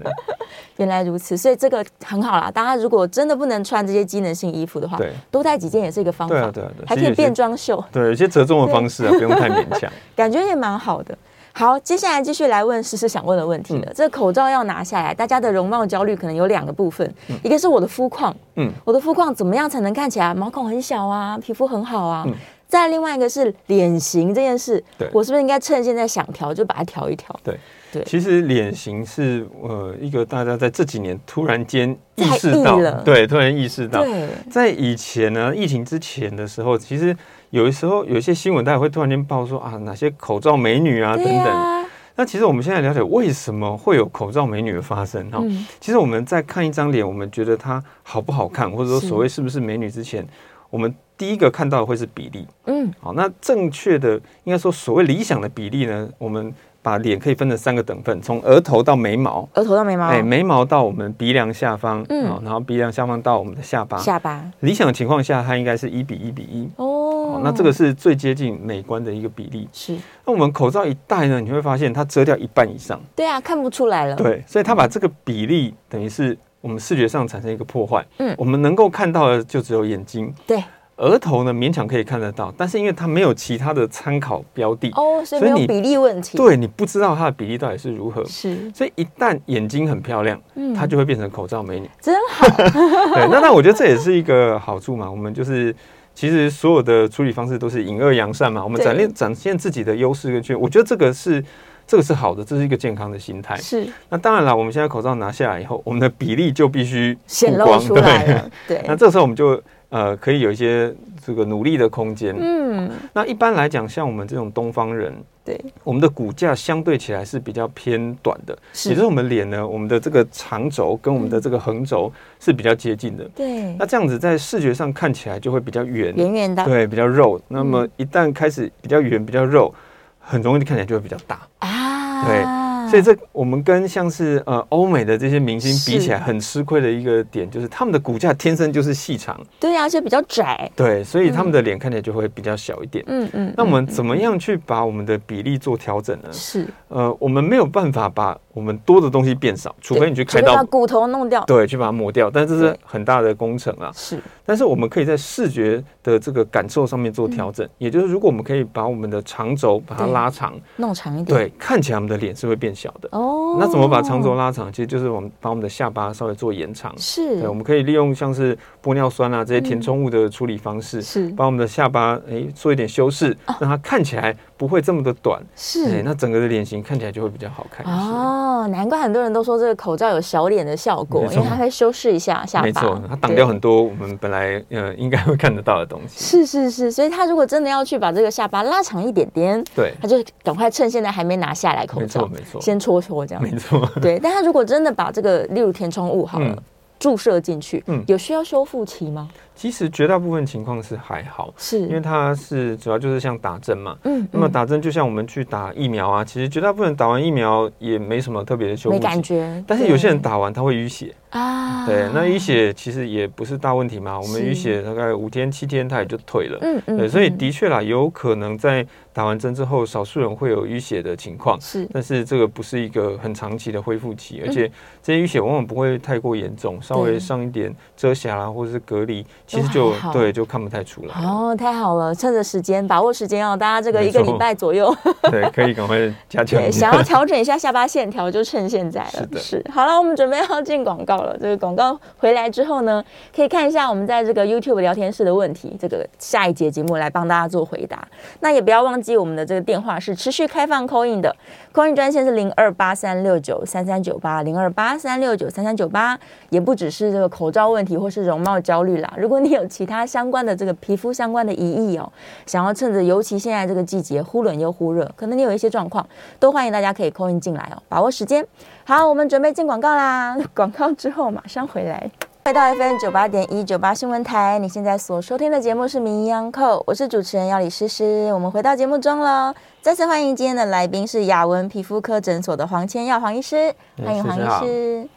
原来如此，所以这个很好啦。大家如果真的不能穿这些机能性衣服的话对，多带几件也是一个方法。对啊对啊对啊还可其实以有些变装秀，对，有些折中的方式啊，不用太勉 [laughs] 强。感觉也蛮好的。好，接下来继续来问诗诗想问的问题嗯了。这个口罩要拿下来，大家的容貌焦虑可能有两个部分，一个是我的肤况，嗯，我的肤况怎么样才能看起来毛孔很小啊，皮肤很好啊？再另外一个是脸型这件事嗯对，我是不是应该趁现在想调就把它调一调？对对其实脸型是呃一个大家在这几年突然间意在识意到了，对，突然意识到。对，在以前呢，疫情之前的时候，其实有的时候有一些新闻，大家会突然间报说啊，哪些口罩美女啊等对等的。呀，那其实我们现在了解为什么会有口罩美女的发生哈、嗯其实我们在看一张脸，我们觉得她好不好看，或者说是所谓是不是美女之前，我们第一个看到的会是比例。嗯，好，那正确的应该说所谓理想的比例呢，我们把脸可以分成三个等份，从额头到眉毛，额头到眉毛，哎、眉毛到我们鼻梁下方，嗯嗯，然后鼻梁下方到我们的下巴。下巴，理想的情况下，它应该是一比一比一。哦好，，那这个是最接近美观的一个比例。是那我们口罩一戴呢，你会发现它遮掉一半以上，对啊，看不出来了。，对，所以它把这个比例等于是我们视觉上产生一个破坏。嗯我们能够看到的就只有眼睛，对，额头呢勉强可以看得到，但是因为它没有其他的参考标的，哦，所以所没以有你比例问题。，对你不知道它的比例到底是如何。是，所以一旦眼睛很漂亮，嗯它就会变成口罩美女。真好， [laughs] 对，那那我觉得这也是一个好处嘛。我们就是其实所有的处理方式都是引恶扬善嘛。我们对展现展现自己的优势跟缺，我觉得这个是这个是好的，这是一个健康的心态。是那当然了，我们现在口罩拿下来以后，我们的比例就必须显曝露光出来对，了。对， [laughs] 那这时候我们就呃可以有一些这个努力的空间。嗯，那一般来讲，像我们这种东方人，对，我们的骨架相对起来是比较偏短的，也就是是，我们脸呢，我们的这个长轴跟我们的这个横嗯轴是比较接近的。对那，这样子在视觉上看起来就会比较圆，圆嗯圆的对，比较肉。那么一旦开始比较圆、比较肉，很容易看起来就会比较大。啊，对所以这我们跟像是呃欧美的这些明星比起来，是很吃亏的一个点就是他们的骨架天生就是细长，对啊，而且比较窄。对，所以他们的脸看起来就会比较小一点。嗯嗯，那我嗯们怎么样去把我们的比例做调整呢？是呃，我们没有办法把我们多的东西变少，除非对你去除开非把刀，骨头弄掉。对，去把它磨掉，但这是对很大的工程啊。是，但是我们可以在视觉的这个感受上面做调嗯整，也就是如果我们可以把我们的长轴把它对拉长，弄长一点。对，看起来我们的脸是会变小的。哦，那怎么把长轴？拉长？其实就是我们把我们的下巴稍微做延长。是对，我，们可以利用像是玻尿酸啊这些填充物的处理方式，是啊把我们的下巴诶做一点修饰，让它看起来不会这么的短。诶是。哎那整个的脸型看起来就会比较好看一些。哦，难怪很多人都说这个口罩有小脸的效果没，错因为它会修饰一下下巴，没错，它挡对掉很多我们本来呃 [laughs] 应该会看得到的东西。是是是，所以他如果真的要去把这个下巴拉长一点点，对，他就赶快趁现在还没拿下来口罩，没错没 [laughs] 错先戳戳这样。没错。对，但他如果真的把这个，例如填充物好了，嗯注射进去，嗯有需要修复期吗？其实绝大部分情况是还好，是，因为它是主要就是像打针嘛。嗯，那么嗯打针就像我们去打疫苗啊，其实绝大部分打完疫苗也没什么特别的修复没期感觉，但是有些人打完他会淤血，对啊，对，那淤血其实也不是大问题嘛。我们是淤血大概五天七天它也就退了。嗯嗯，对，所以嗯的确啦，有可能在打完针之后，少数人会有淤血的情况，是但是这个不是一个很长期的恢复嗯期，而且这些淤血往往不会太过严重，稍微上一点遮瑕啦，或者是隔离，其实就还好对就看不太出来了。哦，太好了，趁着时间，把握时间哦，大家这个没一个礼错拜左右，对，可以赶快加强对，[laughs] 一想要下。调整一下下巴线条，就趁现在了。是的好了，我们准备要进广告了。这个广告回来之后呢，可以看一下我们在这个 YouTube 聊天室的问题，这个下一节节目来帮大家做回答。那也不要忘记我们的这个电话是持续开放 call in 的，call in 专线是零二八三六九三三九八零二八三六九三三九八。也不只是这个口罩问题或是容貌焦虑啦，如果你有其他相关的这个皮肤相关的疑义哦，想要趁着尤其现在这个季节忽冷又忽热，可能你有一些状况，都欢迎大家可以扣音进来哦，把握时间。好，我们准备进广告 [laughs] 啦，广告之后马上回来。回到 FM 九八点一九八新闻台，你现在所收听的节目是《名医央叩》，我是主持人要李诗诗。我们回到节目中喽，再次欢迎今天的来宾是雅文皮肤科诊所的黄千耀黄医师，欢迎嗯黄诗诗医师。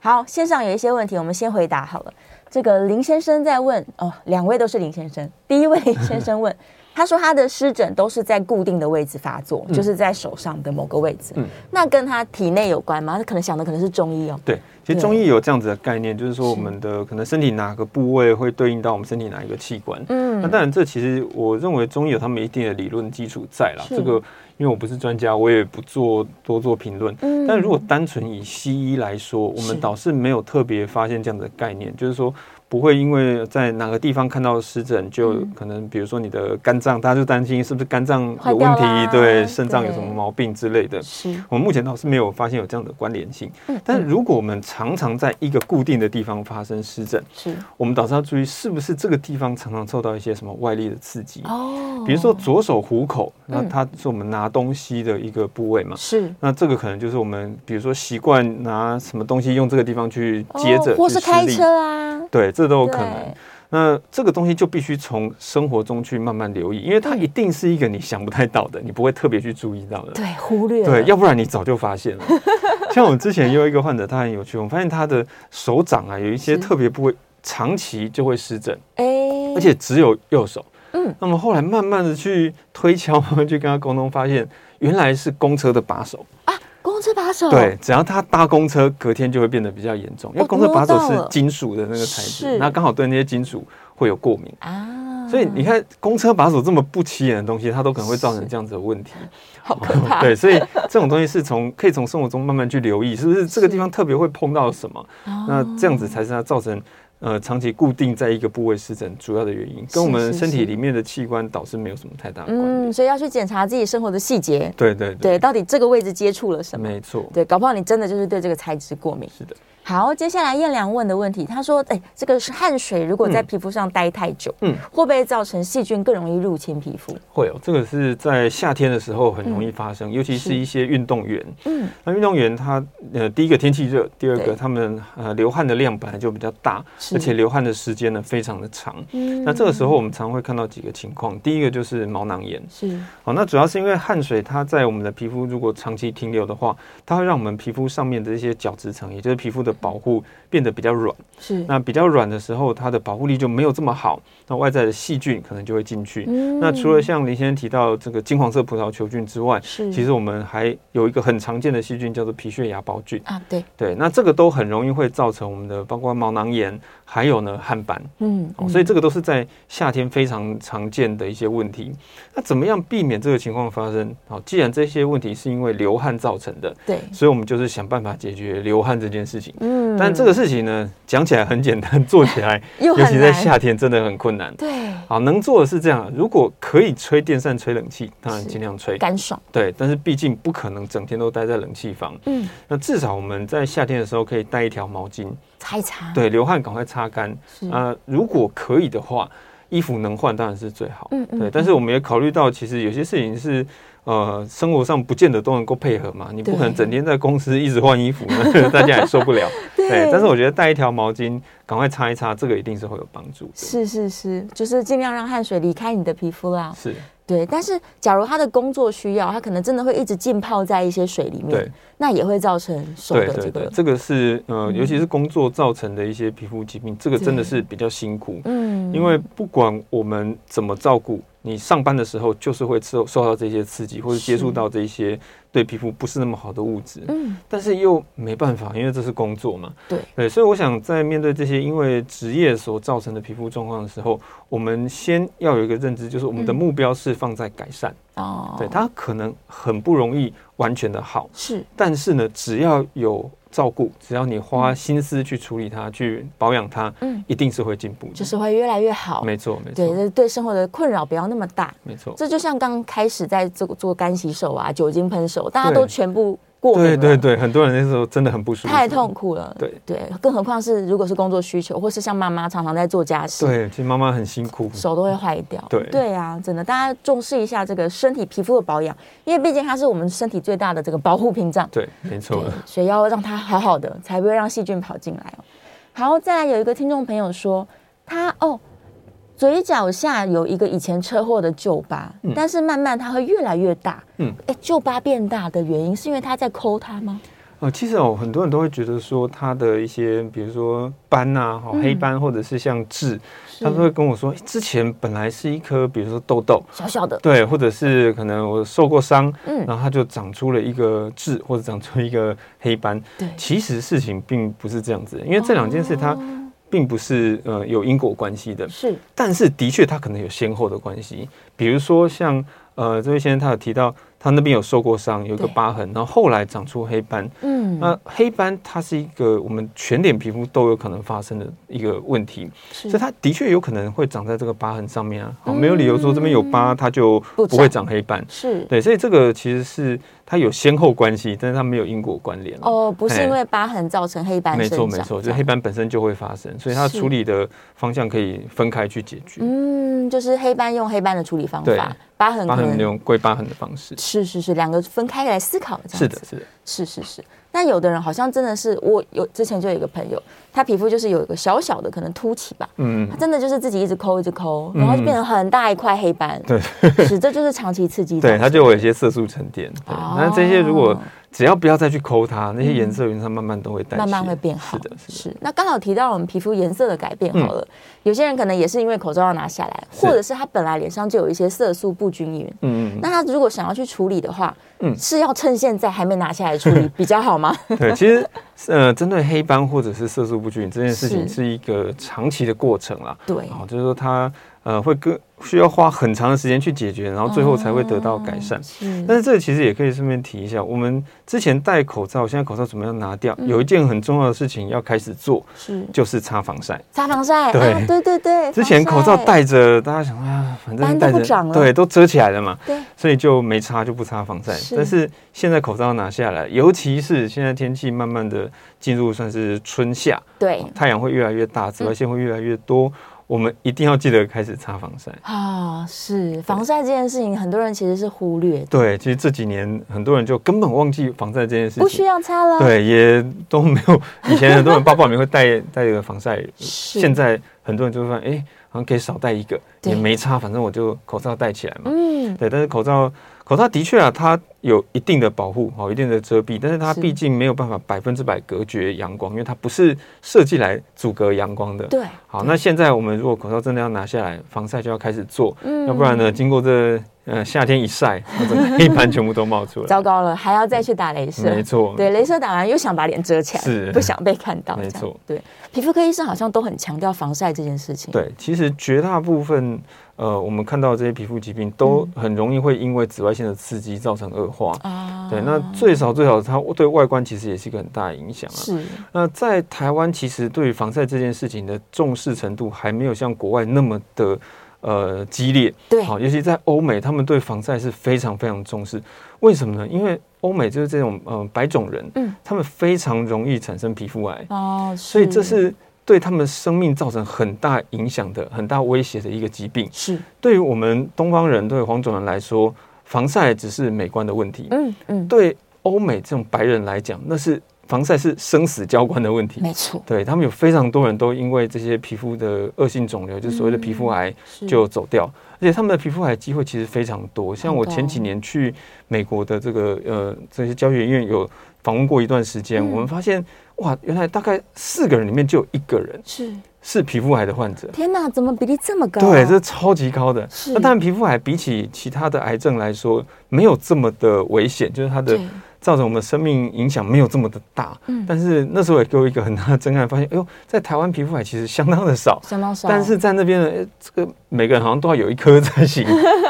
好，线上有一些问题，我们先回答好了。这个林先生在问哦，两位都是林先生。第一位林先生 [laughs] 问，他说他的湿疹都是在固定的位置发作，就是在手上的某个位置。嗯那跟他体内有关吗？他可能想的可能是中医哦。对，其实对中医有这样子的概念，就是说我们的可能身体哪个部位会对应到我们身体哪一个器官。嗯那当然，这其实我认为中医有他们一定的理论基础在啦。是这个因为我不是专家，我也不做多做评论。嗯但如果单纯以西医来说，我是们倒是没有特别发现这样的概念，就是说不会因为在哪个地方看到湿疹，就嗯可能比如说你的肝脏，大家就担心是不是肝脏有问坏掉啦题，对肾脏有对什么毛病之类的。是我们目前倒是没有发现有这样的关联性。嗯但如果我们常常在一个固定的地方发生湿疹，是我们倒是要注意是不是这个地方常常受到一些什么外力的刺激。哦比如说左手虎口，那它是我们拿东西的一个部位嘛。是那这个可能就是我们，比如说习惯拿什么东西用这个地方去接着、哦或去是施开力车啊，对，这都有对，可能。那这个东西就必须从生活中去慢慢留意，因为它一定是一个你想不太到的，你不会特别去注意到的。对，忽略对，了要不然你早就 [laughs] 发现了。像我之前有一个患者，他很有趣，我们发现他的手掌啊有一些特别部位长期就会湿疹，哎，而且只有右手。嗯，那么后来慢慢的去推敲，慢慢去跟他沟通，发现原来是公车的把手。公车把手对，只要他搭公车，隔天就会变得比较严重，因为哦哦公车把手摸到是了金属的那个材是质，那刚好对那些金属会有过敏。啊，所以你看，公车把手这么不起眼的东西，它都可能会造成这样子的问题。好可 [laughs] 怕， [laughs] 对，所以这种东西是从可以从生活中慢慢去留意，是不是这个地方特别会碰到什么？哦那这样子才是它造成呃长期固定在一个部位湿疹主要的原因，跟我们是身是体里面的器官倒是没有什么太大的关嗯，联。所以要去检查自己生活的细节，对对对，到底这个位置接触了什么？没错，对，搞不好你真的就是对这个材质过敏。是的。好，接下来燕良问的问题，他说：“哎、这个是汗水如果在嗯皮肤上待太久，嗯会不会造成细菌更容易入侵皮肤？会哦，这个是在夏天的时候很嗯容易发生，尤其是一些运动员。嗯，那运动员他呃，第一个天气热，第二对个他们呃流汗的量本来就比较大，是而且流汗的时间呢非常的长。嗯那这个时候我们常会看到几个情况，第一个就是毛囊炎。是好，那主要是因为汗水它在我们的皮肤如果长期停留的话，它会让我们皮肤上面的一些角质层，也就是皮肤的保嗯护变得比较软。是，那比较软的时候，它的保护力就没有这么好，那外在的细菌可能就会进去。那除嗯了像林先生提到这个金黄色葡萄球菌之外，是其实我们还有一个很常见的细菌叫做皮屑芽孢菌。啊，对，对，那这个都很容易会造成我们的包括毛囊炎，还有呢汗斑。嗯，哦，所以这个都是在夏天非常常见的一些问题。那怎么样避免这个情况发生？好、既然这些问题是因为流汗造成的，对，所以我们就是想办法解决流汗这件事情。嗯但这个事情呢，讲起来很简单， [laughs] 做起来又尤很其在难夏天真的很困难。对好，能做的是这样：如果可以吹电扇、吹冷气，当然是尽量吹。干爽，对，但是毕竟不可能整天都待在冷气房。嗯，那至少我们在夏天的时候可以带一条毛巾，擦一擦，对，流汗赶快擦干。啊是啊、如果可以的话，衣服能换当然是最好。嗯嗯对，但是我们也考虑到，其实有些事情是。呃，生活上不见得都能够配合嘛，你不可能对 [laughs] 整天在公司一直换衣服，那大家也受不了。[laughs] 对对，，但是我觉得带一条毛巾，赶快擦一擦，这个一定是会有帮助的。是是是，就是尽量让汗水离开你的皮肤啦。是，对，但是假如他的工作需要，他可能真的会一直浸泡在一些水里面对，那也会造成手对的这对对个，嗯这个是呃，尤其是工作造成的一些皮肤疾病，这个真的是比较辛苦，嗯因为不管我们怎么照顾，你上班的时候就是会受受到这些刺激，或者接触是到这些对皮肤不是那么好的物质，嗯但是又没办法，因为这是工作嘛。对对，所以我想在面对这些因为职业所造成的皮肤状况的时候，我们先要有一个认知，就是我们的目标是放在改善。嗯哦，对，它可能很不容易完全的好，是但是呢，只要有照顾，只要你花心思去处理它、去保养它，嗯一定是会进步的。就是会越来越好。没错，没对，错，这对生活的困扰不要那么大。没错。这就像刚开始在做做干洗手啊、酒精喷手，大家对都全部过敏对了对对，很多人那时候真的很不舒服，太痛。苦了。对对，更何况是如果是工作需求，或是像妈妈常常在做家事，对，其实妈妈很辛苦。手都会坏掉。对对啊，真的，大家重视一下这个身体皮肤的保养，因为毕竟它是我们身体最大的这个保护屏障。对，没错对，，所以要让它好好的，才不会让细菌跑进来哦。好，再来有一个听众朋友说，他哦。嘴角下有一个以前车祸的旧疤，嗯但是慢慢它会越来越大。嗯，哎，旧疤变大的原因是因为他在抠它吗？呃，其实哦，很多人都会觉得说它的一些，比如说斑呐、哈、嗯黑斑，或者是像痣，他们会跟我说，诶之前本来是一颗，比如说痘痘，小小的，对，或者是可能我受过伤，嗯然后它就长出了一个痣，或者长出一个黑斑。对其实事情并不是这样子的，因为这两件事它哦并不是呃有因果关系的，是但是的确它可能有先后的关系。比如说像呃这位先生他有提到，他那边有受过伤，有一个对疤痕，然后后来长出黑斑。嗯，那黑斑它是一个我们全脸皮肤都有可能发生的一个问题，是所以它的确有可能会长在这个疤痕上面啊。好，没有理由说这边有疤它就嗯不不长会长黑斑。是对，所以这个其实是它有先后关系，但是它没有因果关联啊。哦，不是嘿因为疤痕造成黑斑没生错长，没错，这就样黑斑本身就会发生，所以它是处理的方向可以分开去解决。嗯，就是黑斑用黑斑的处理方对法，疤痕疤可痕那能种归疤痕的方式。是是是两个分开来思考，这样是的子，是的，是是是。但有的人好像真的是，我有之前就有一个朋友，他皮肤就是有一个小小的可能凸起吧，嗯他，真的就是自己一直抠一直抠，然后就变成很大一块黑斑，对，是这就是长期刺激造成的，对，它就有一些色素沉淀。对，哦那这些如果只要不要再去抠它，那些颜色原则上慢慢都会代谢，慢慢会变好。是的，是的。嗯那刚好提到我们皮肤颜色的改变好了，有些人可能也是因为口罩要拿下来，是或者是他本来脸上就有一些色素不均匀。嗯，嗯那他如果想要去处理的话，嗯是要趁现在还没拿下来处理比较好吗？嗯对，其实 [laughs] 呃，针对黑斑或者是色素不均匀这件事情，是是一个长期的过程啦。 [laughs] 对，哦，就是说它呃会更需要花很长的时间去解决，然后最后才会得到哦改善。是但是这个其实也可以顺便提一下，我们之前戴口罩，现在口罩怎么样拿嗯掉？有一件很重要的事情要开始做，是就是擦防晒。擦防晒，对啊对对对，之前口罩防晒，戴着，大家想啊，反正戴哦斑都不长着了对都遮起来了嘛，对，所以就没擦就不擦防晒。是但是现在口罩拿下来，尤其是现在天气慢慢的进入算是春夏，对太阳会越来越大，嗯紫外线会越来越多，我们一定要记得开始擦防晒。啊，是防晒这件事情，很多人其实是忽略的，对，其实这几年很多人就根本忘记防晒这件事情，不需要擦了。，对，也都没有。以前很多人包包里面会带 [laughs] 带一个防晒，是现在很多人就会发现，哎、好像可以少带一个，对也没差，反正我就口罩戴起来嘛。嗯，对，但是口罩口罩的确啊，它有一定的保护，哦，一定的遮蔽，但是它是毕竟没有办法百分之百隔绝阳光，因为它不是设计来阻隔阳光的。对，好，那现在我们如果口罩真的要拿下来，防晒就要开始做，嗯要不然呢，经过这呃夏天一晒，我整个黑斑全部都 [laughs] 冒出来。糟糕了，还要再去打镭射，没错，对，镭射打完又想把脸遮起来，是不想被看到，没这样错。对，皮肤科医生好像都很强调防晒这件事情。，对，其实绝大部分呃，我们看到这些皮肤疾病都很容易会因为紫外线的刺激造成恶化。嗯啊对，那最少最少，它对外观其实也是一个很大的影响啊。是那在台湾，其实对于防晒这件事情的重视程度还没有像国外那么的呃激烈。对好，尤其在欧美，他们对防晒是非常非常重视。为什么呢？因为欧美就是这种呃白种人，嗯，他们非常容易产生皮肤癌，哦，所以这是对他们生命造成很大影响的、很大威胁的一个疾病。是，对于我们东方人、对黄种人来说，防晒只是美观的问题，嗯嗯，对欧美这种白人来讲，那是防晒是生死交关的问题。没错，对他们有非常多人都因为这些皮肤的恶性肿瘤，就是所谓的皮嗯肤癌，就走掉。而且他们的皮肤癌机会其实非常多。像我前几年去美国的这个呃这些教学医院有访问过一段时间，我嗯们发现哇，原来大概四个人里面就有一个人是是皮肤癌的患者。天哪，怎么比例这么高啊、对，这是超级高的。是那当然，皮肤癌比起其他的癌症来说，没有这么的危险，就是它的对造成我们生命影响没有这么的大。嗯但是那时候也给我一个很大的震撼，发现，哎呦，在台湾皮肤癌其实相当的少，相当少，但是在那边呢，哎这个每个人好像都要有一颗 [laughs] 才行。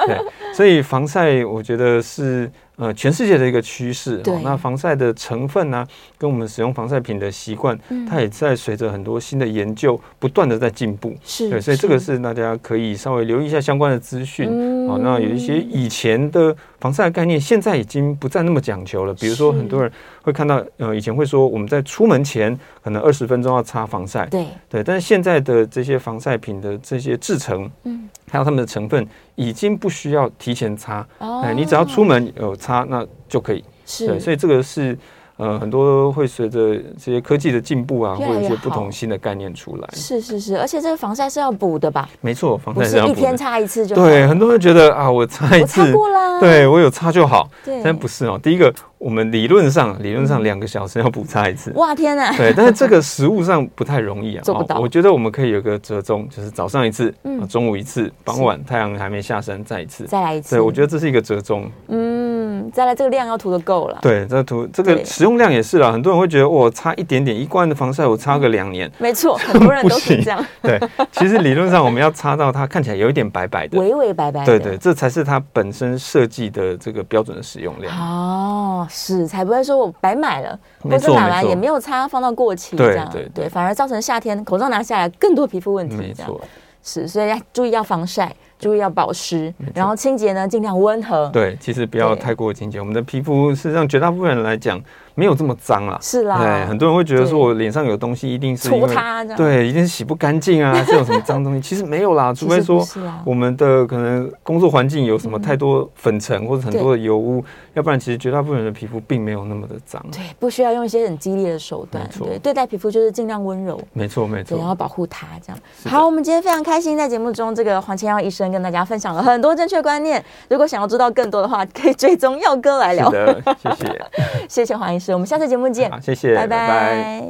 对，所以防晒我觉得是呃全世界的一个趋势。哦对那防晒的成分呢、啊跟我们使用防晒品的习嗯惯，它也在随着很多新的研究不断的在进步。是对，所以这个是大家可以稍微留意一下相关的资讯。嗯好、那有一些以前的防晒的概念，现在已经不再那么讲究了。比如说，是很多人会看到，呃，以前会说我们在出门前可能二十分钟要擦防晒，对对，但是现在的这些防晒品的这些制成，嗯，还有它们的成分，已经不需要提前擦，哦哎，你只要出门有擦，那就可以。对，是所以这个是。呃，很多会随着这些科技的进步啊，越会来越有一些不好同新的概念出来。是是是，而且这个防晒是要补的吧？没错，防不晒是要一补的天擦一次就好对，很多人觉得啊，我擦一我擦次，过啦，对我有擦就好，对，嗯但不是哦。第一个，我们理论上理论上两个小时要补擦一次，哇天哪， [laughs] 对，但是这个实物上不太容易啊。做不到我觉得我们可以有个折中，就是早上一次，嗯啊中午一次，傍晚太阳还没下山再一次。再来一次，对，我觉得这是一个折中。嗯，再来这个量要涂的够了，对，这涂这对个使用量也是啦，很多人会觉得我擦一点点一罐的防晒，我擦嗯个两年。没错，很多人都 [laughs] 是这样，对，其实理论上我们要擦到它看起来有一点白白的，微微白白对的，对，这才是它本身设计的这个标准的使用量。哦，是，才不会说我白买了，没或者错买来没错也没有擦，放到过期对这样，对对反而造成夏天口罩拿下来更多皮肤问题，没这样错，是，所以要注意要防晒，注意要保湿，然后清洁呢尽量温和，，对，其实不要啊对太过清洁。我们的皮肤事实上绝大部分人来讲没有这么脏啊啦。是啦，对，哎很多人会觉得对啊说我脸上有东西，一定是因搓为它这样对，一定是洗不干净 [laughs] 啊，是有什么脏东西？其实没有啦，除非不说是啊啦我们的可能工作环境有什么太多粉尘或者很多的油污，要不然其实绝大部分人的皮肤并没有那么的脏。对，不需要用一些很激烈的手段没，错对，对待皮肤就是尽量温柔。没错，没对，然后错，保护它这样。的好，我们今天非常开心，在节目中，这个黄千耀医生跟大家分享了很多正确观念。如果想要知道更多的话，可以追踪耀哥来是聊。 [laughs] 的，谢谢，谢谢黄医师，我们下次节目见，好，谢谢，拜拜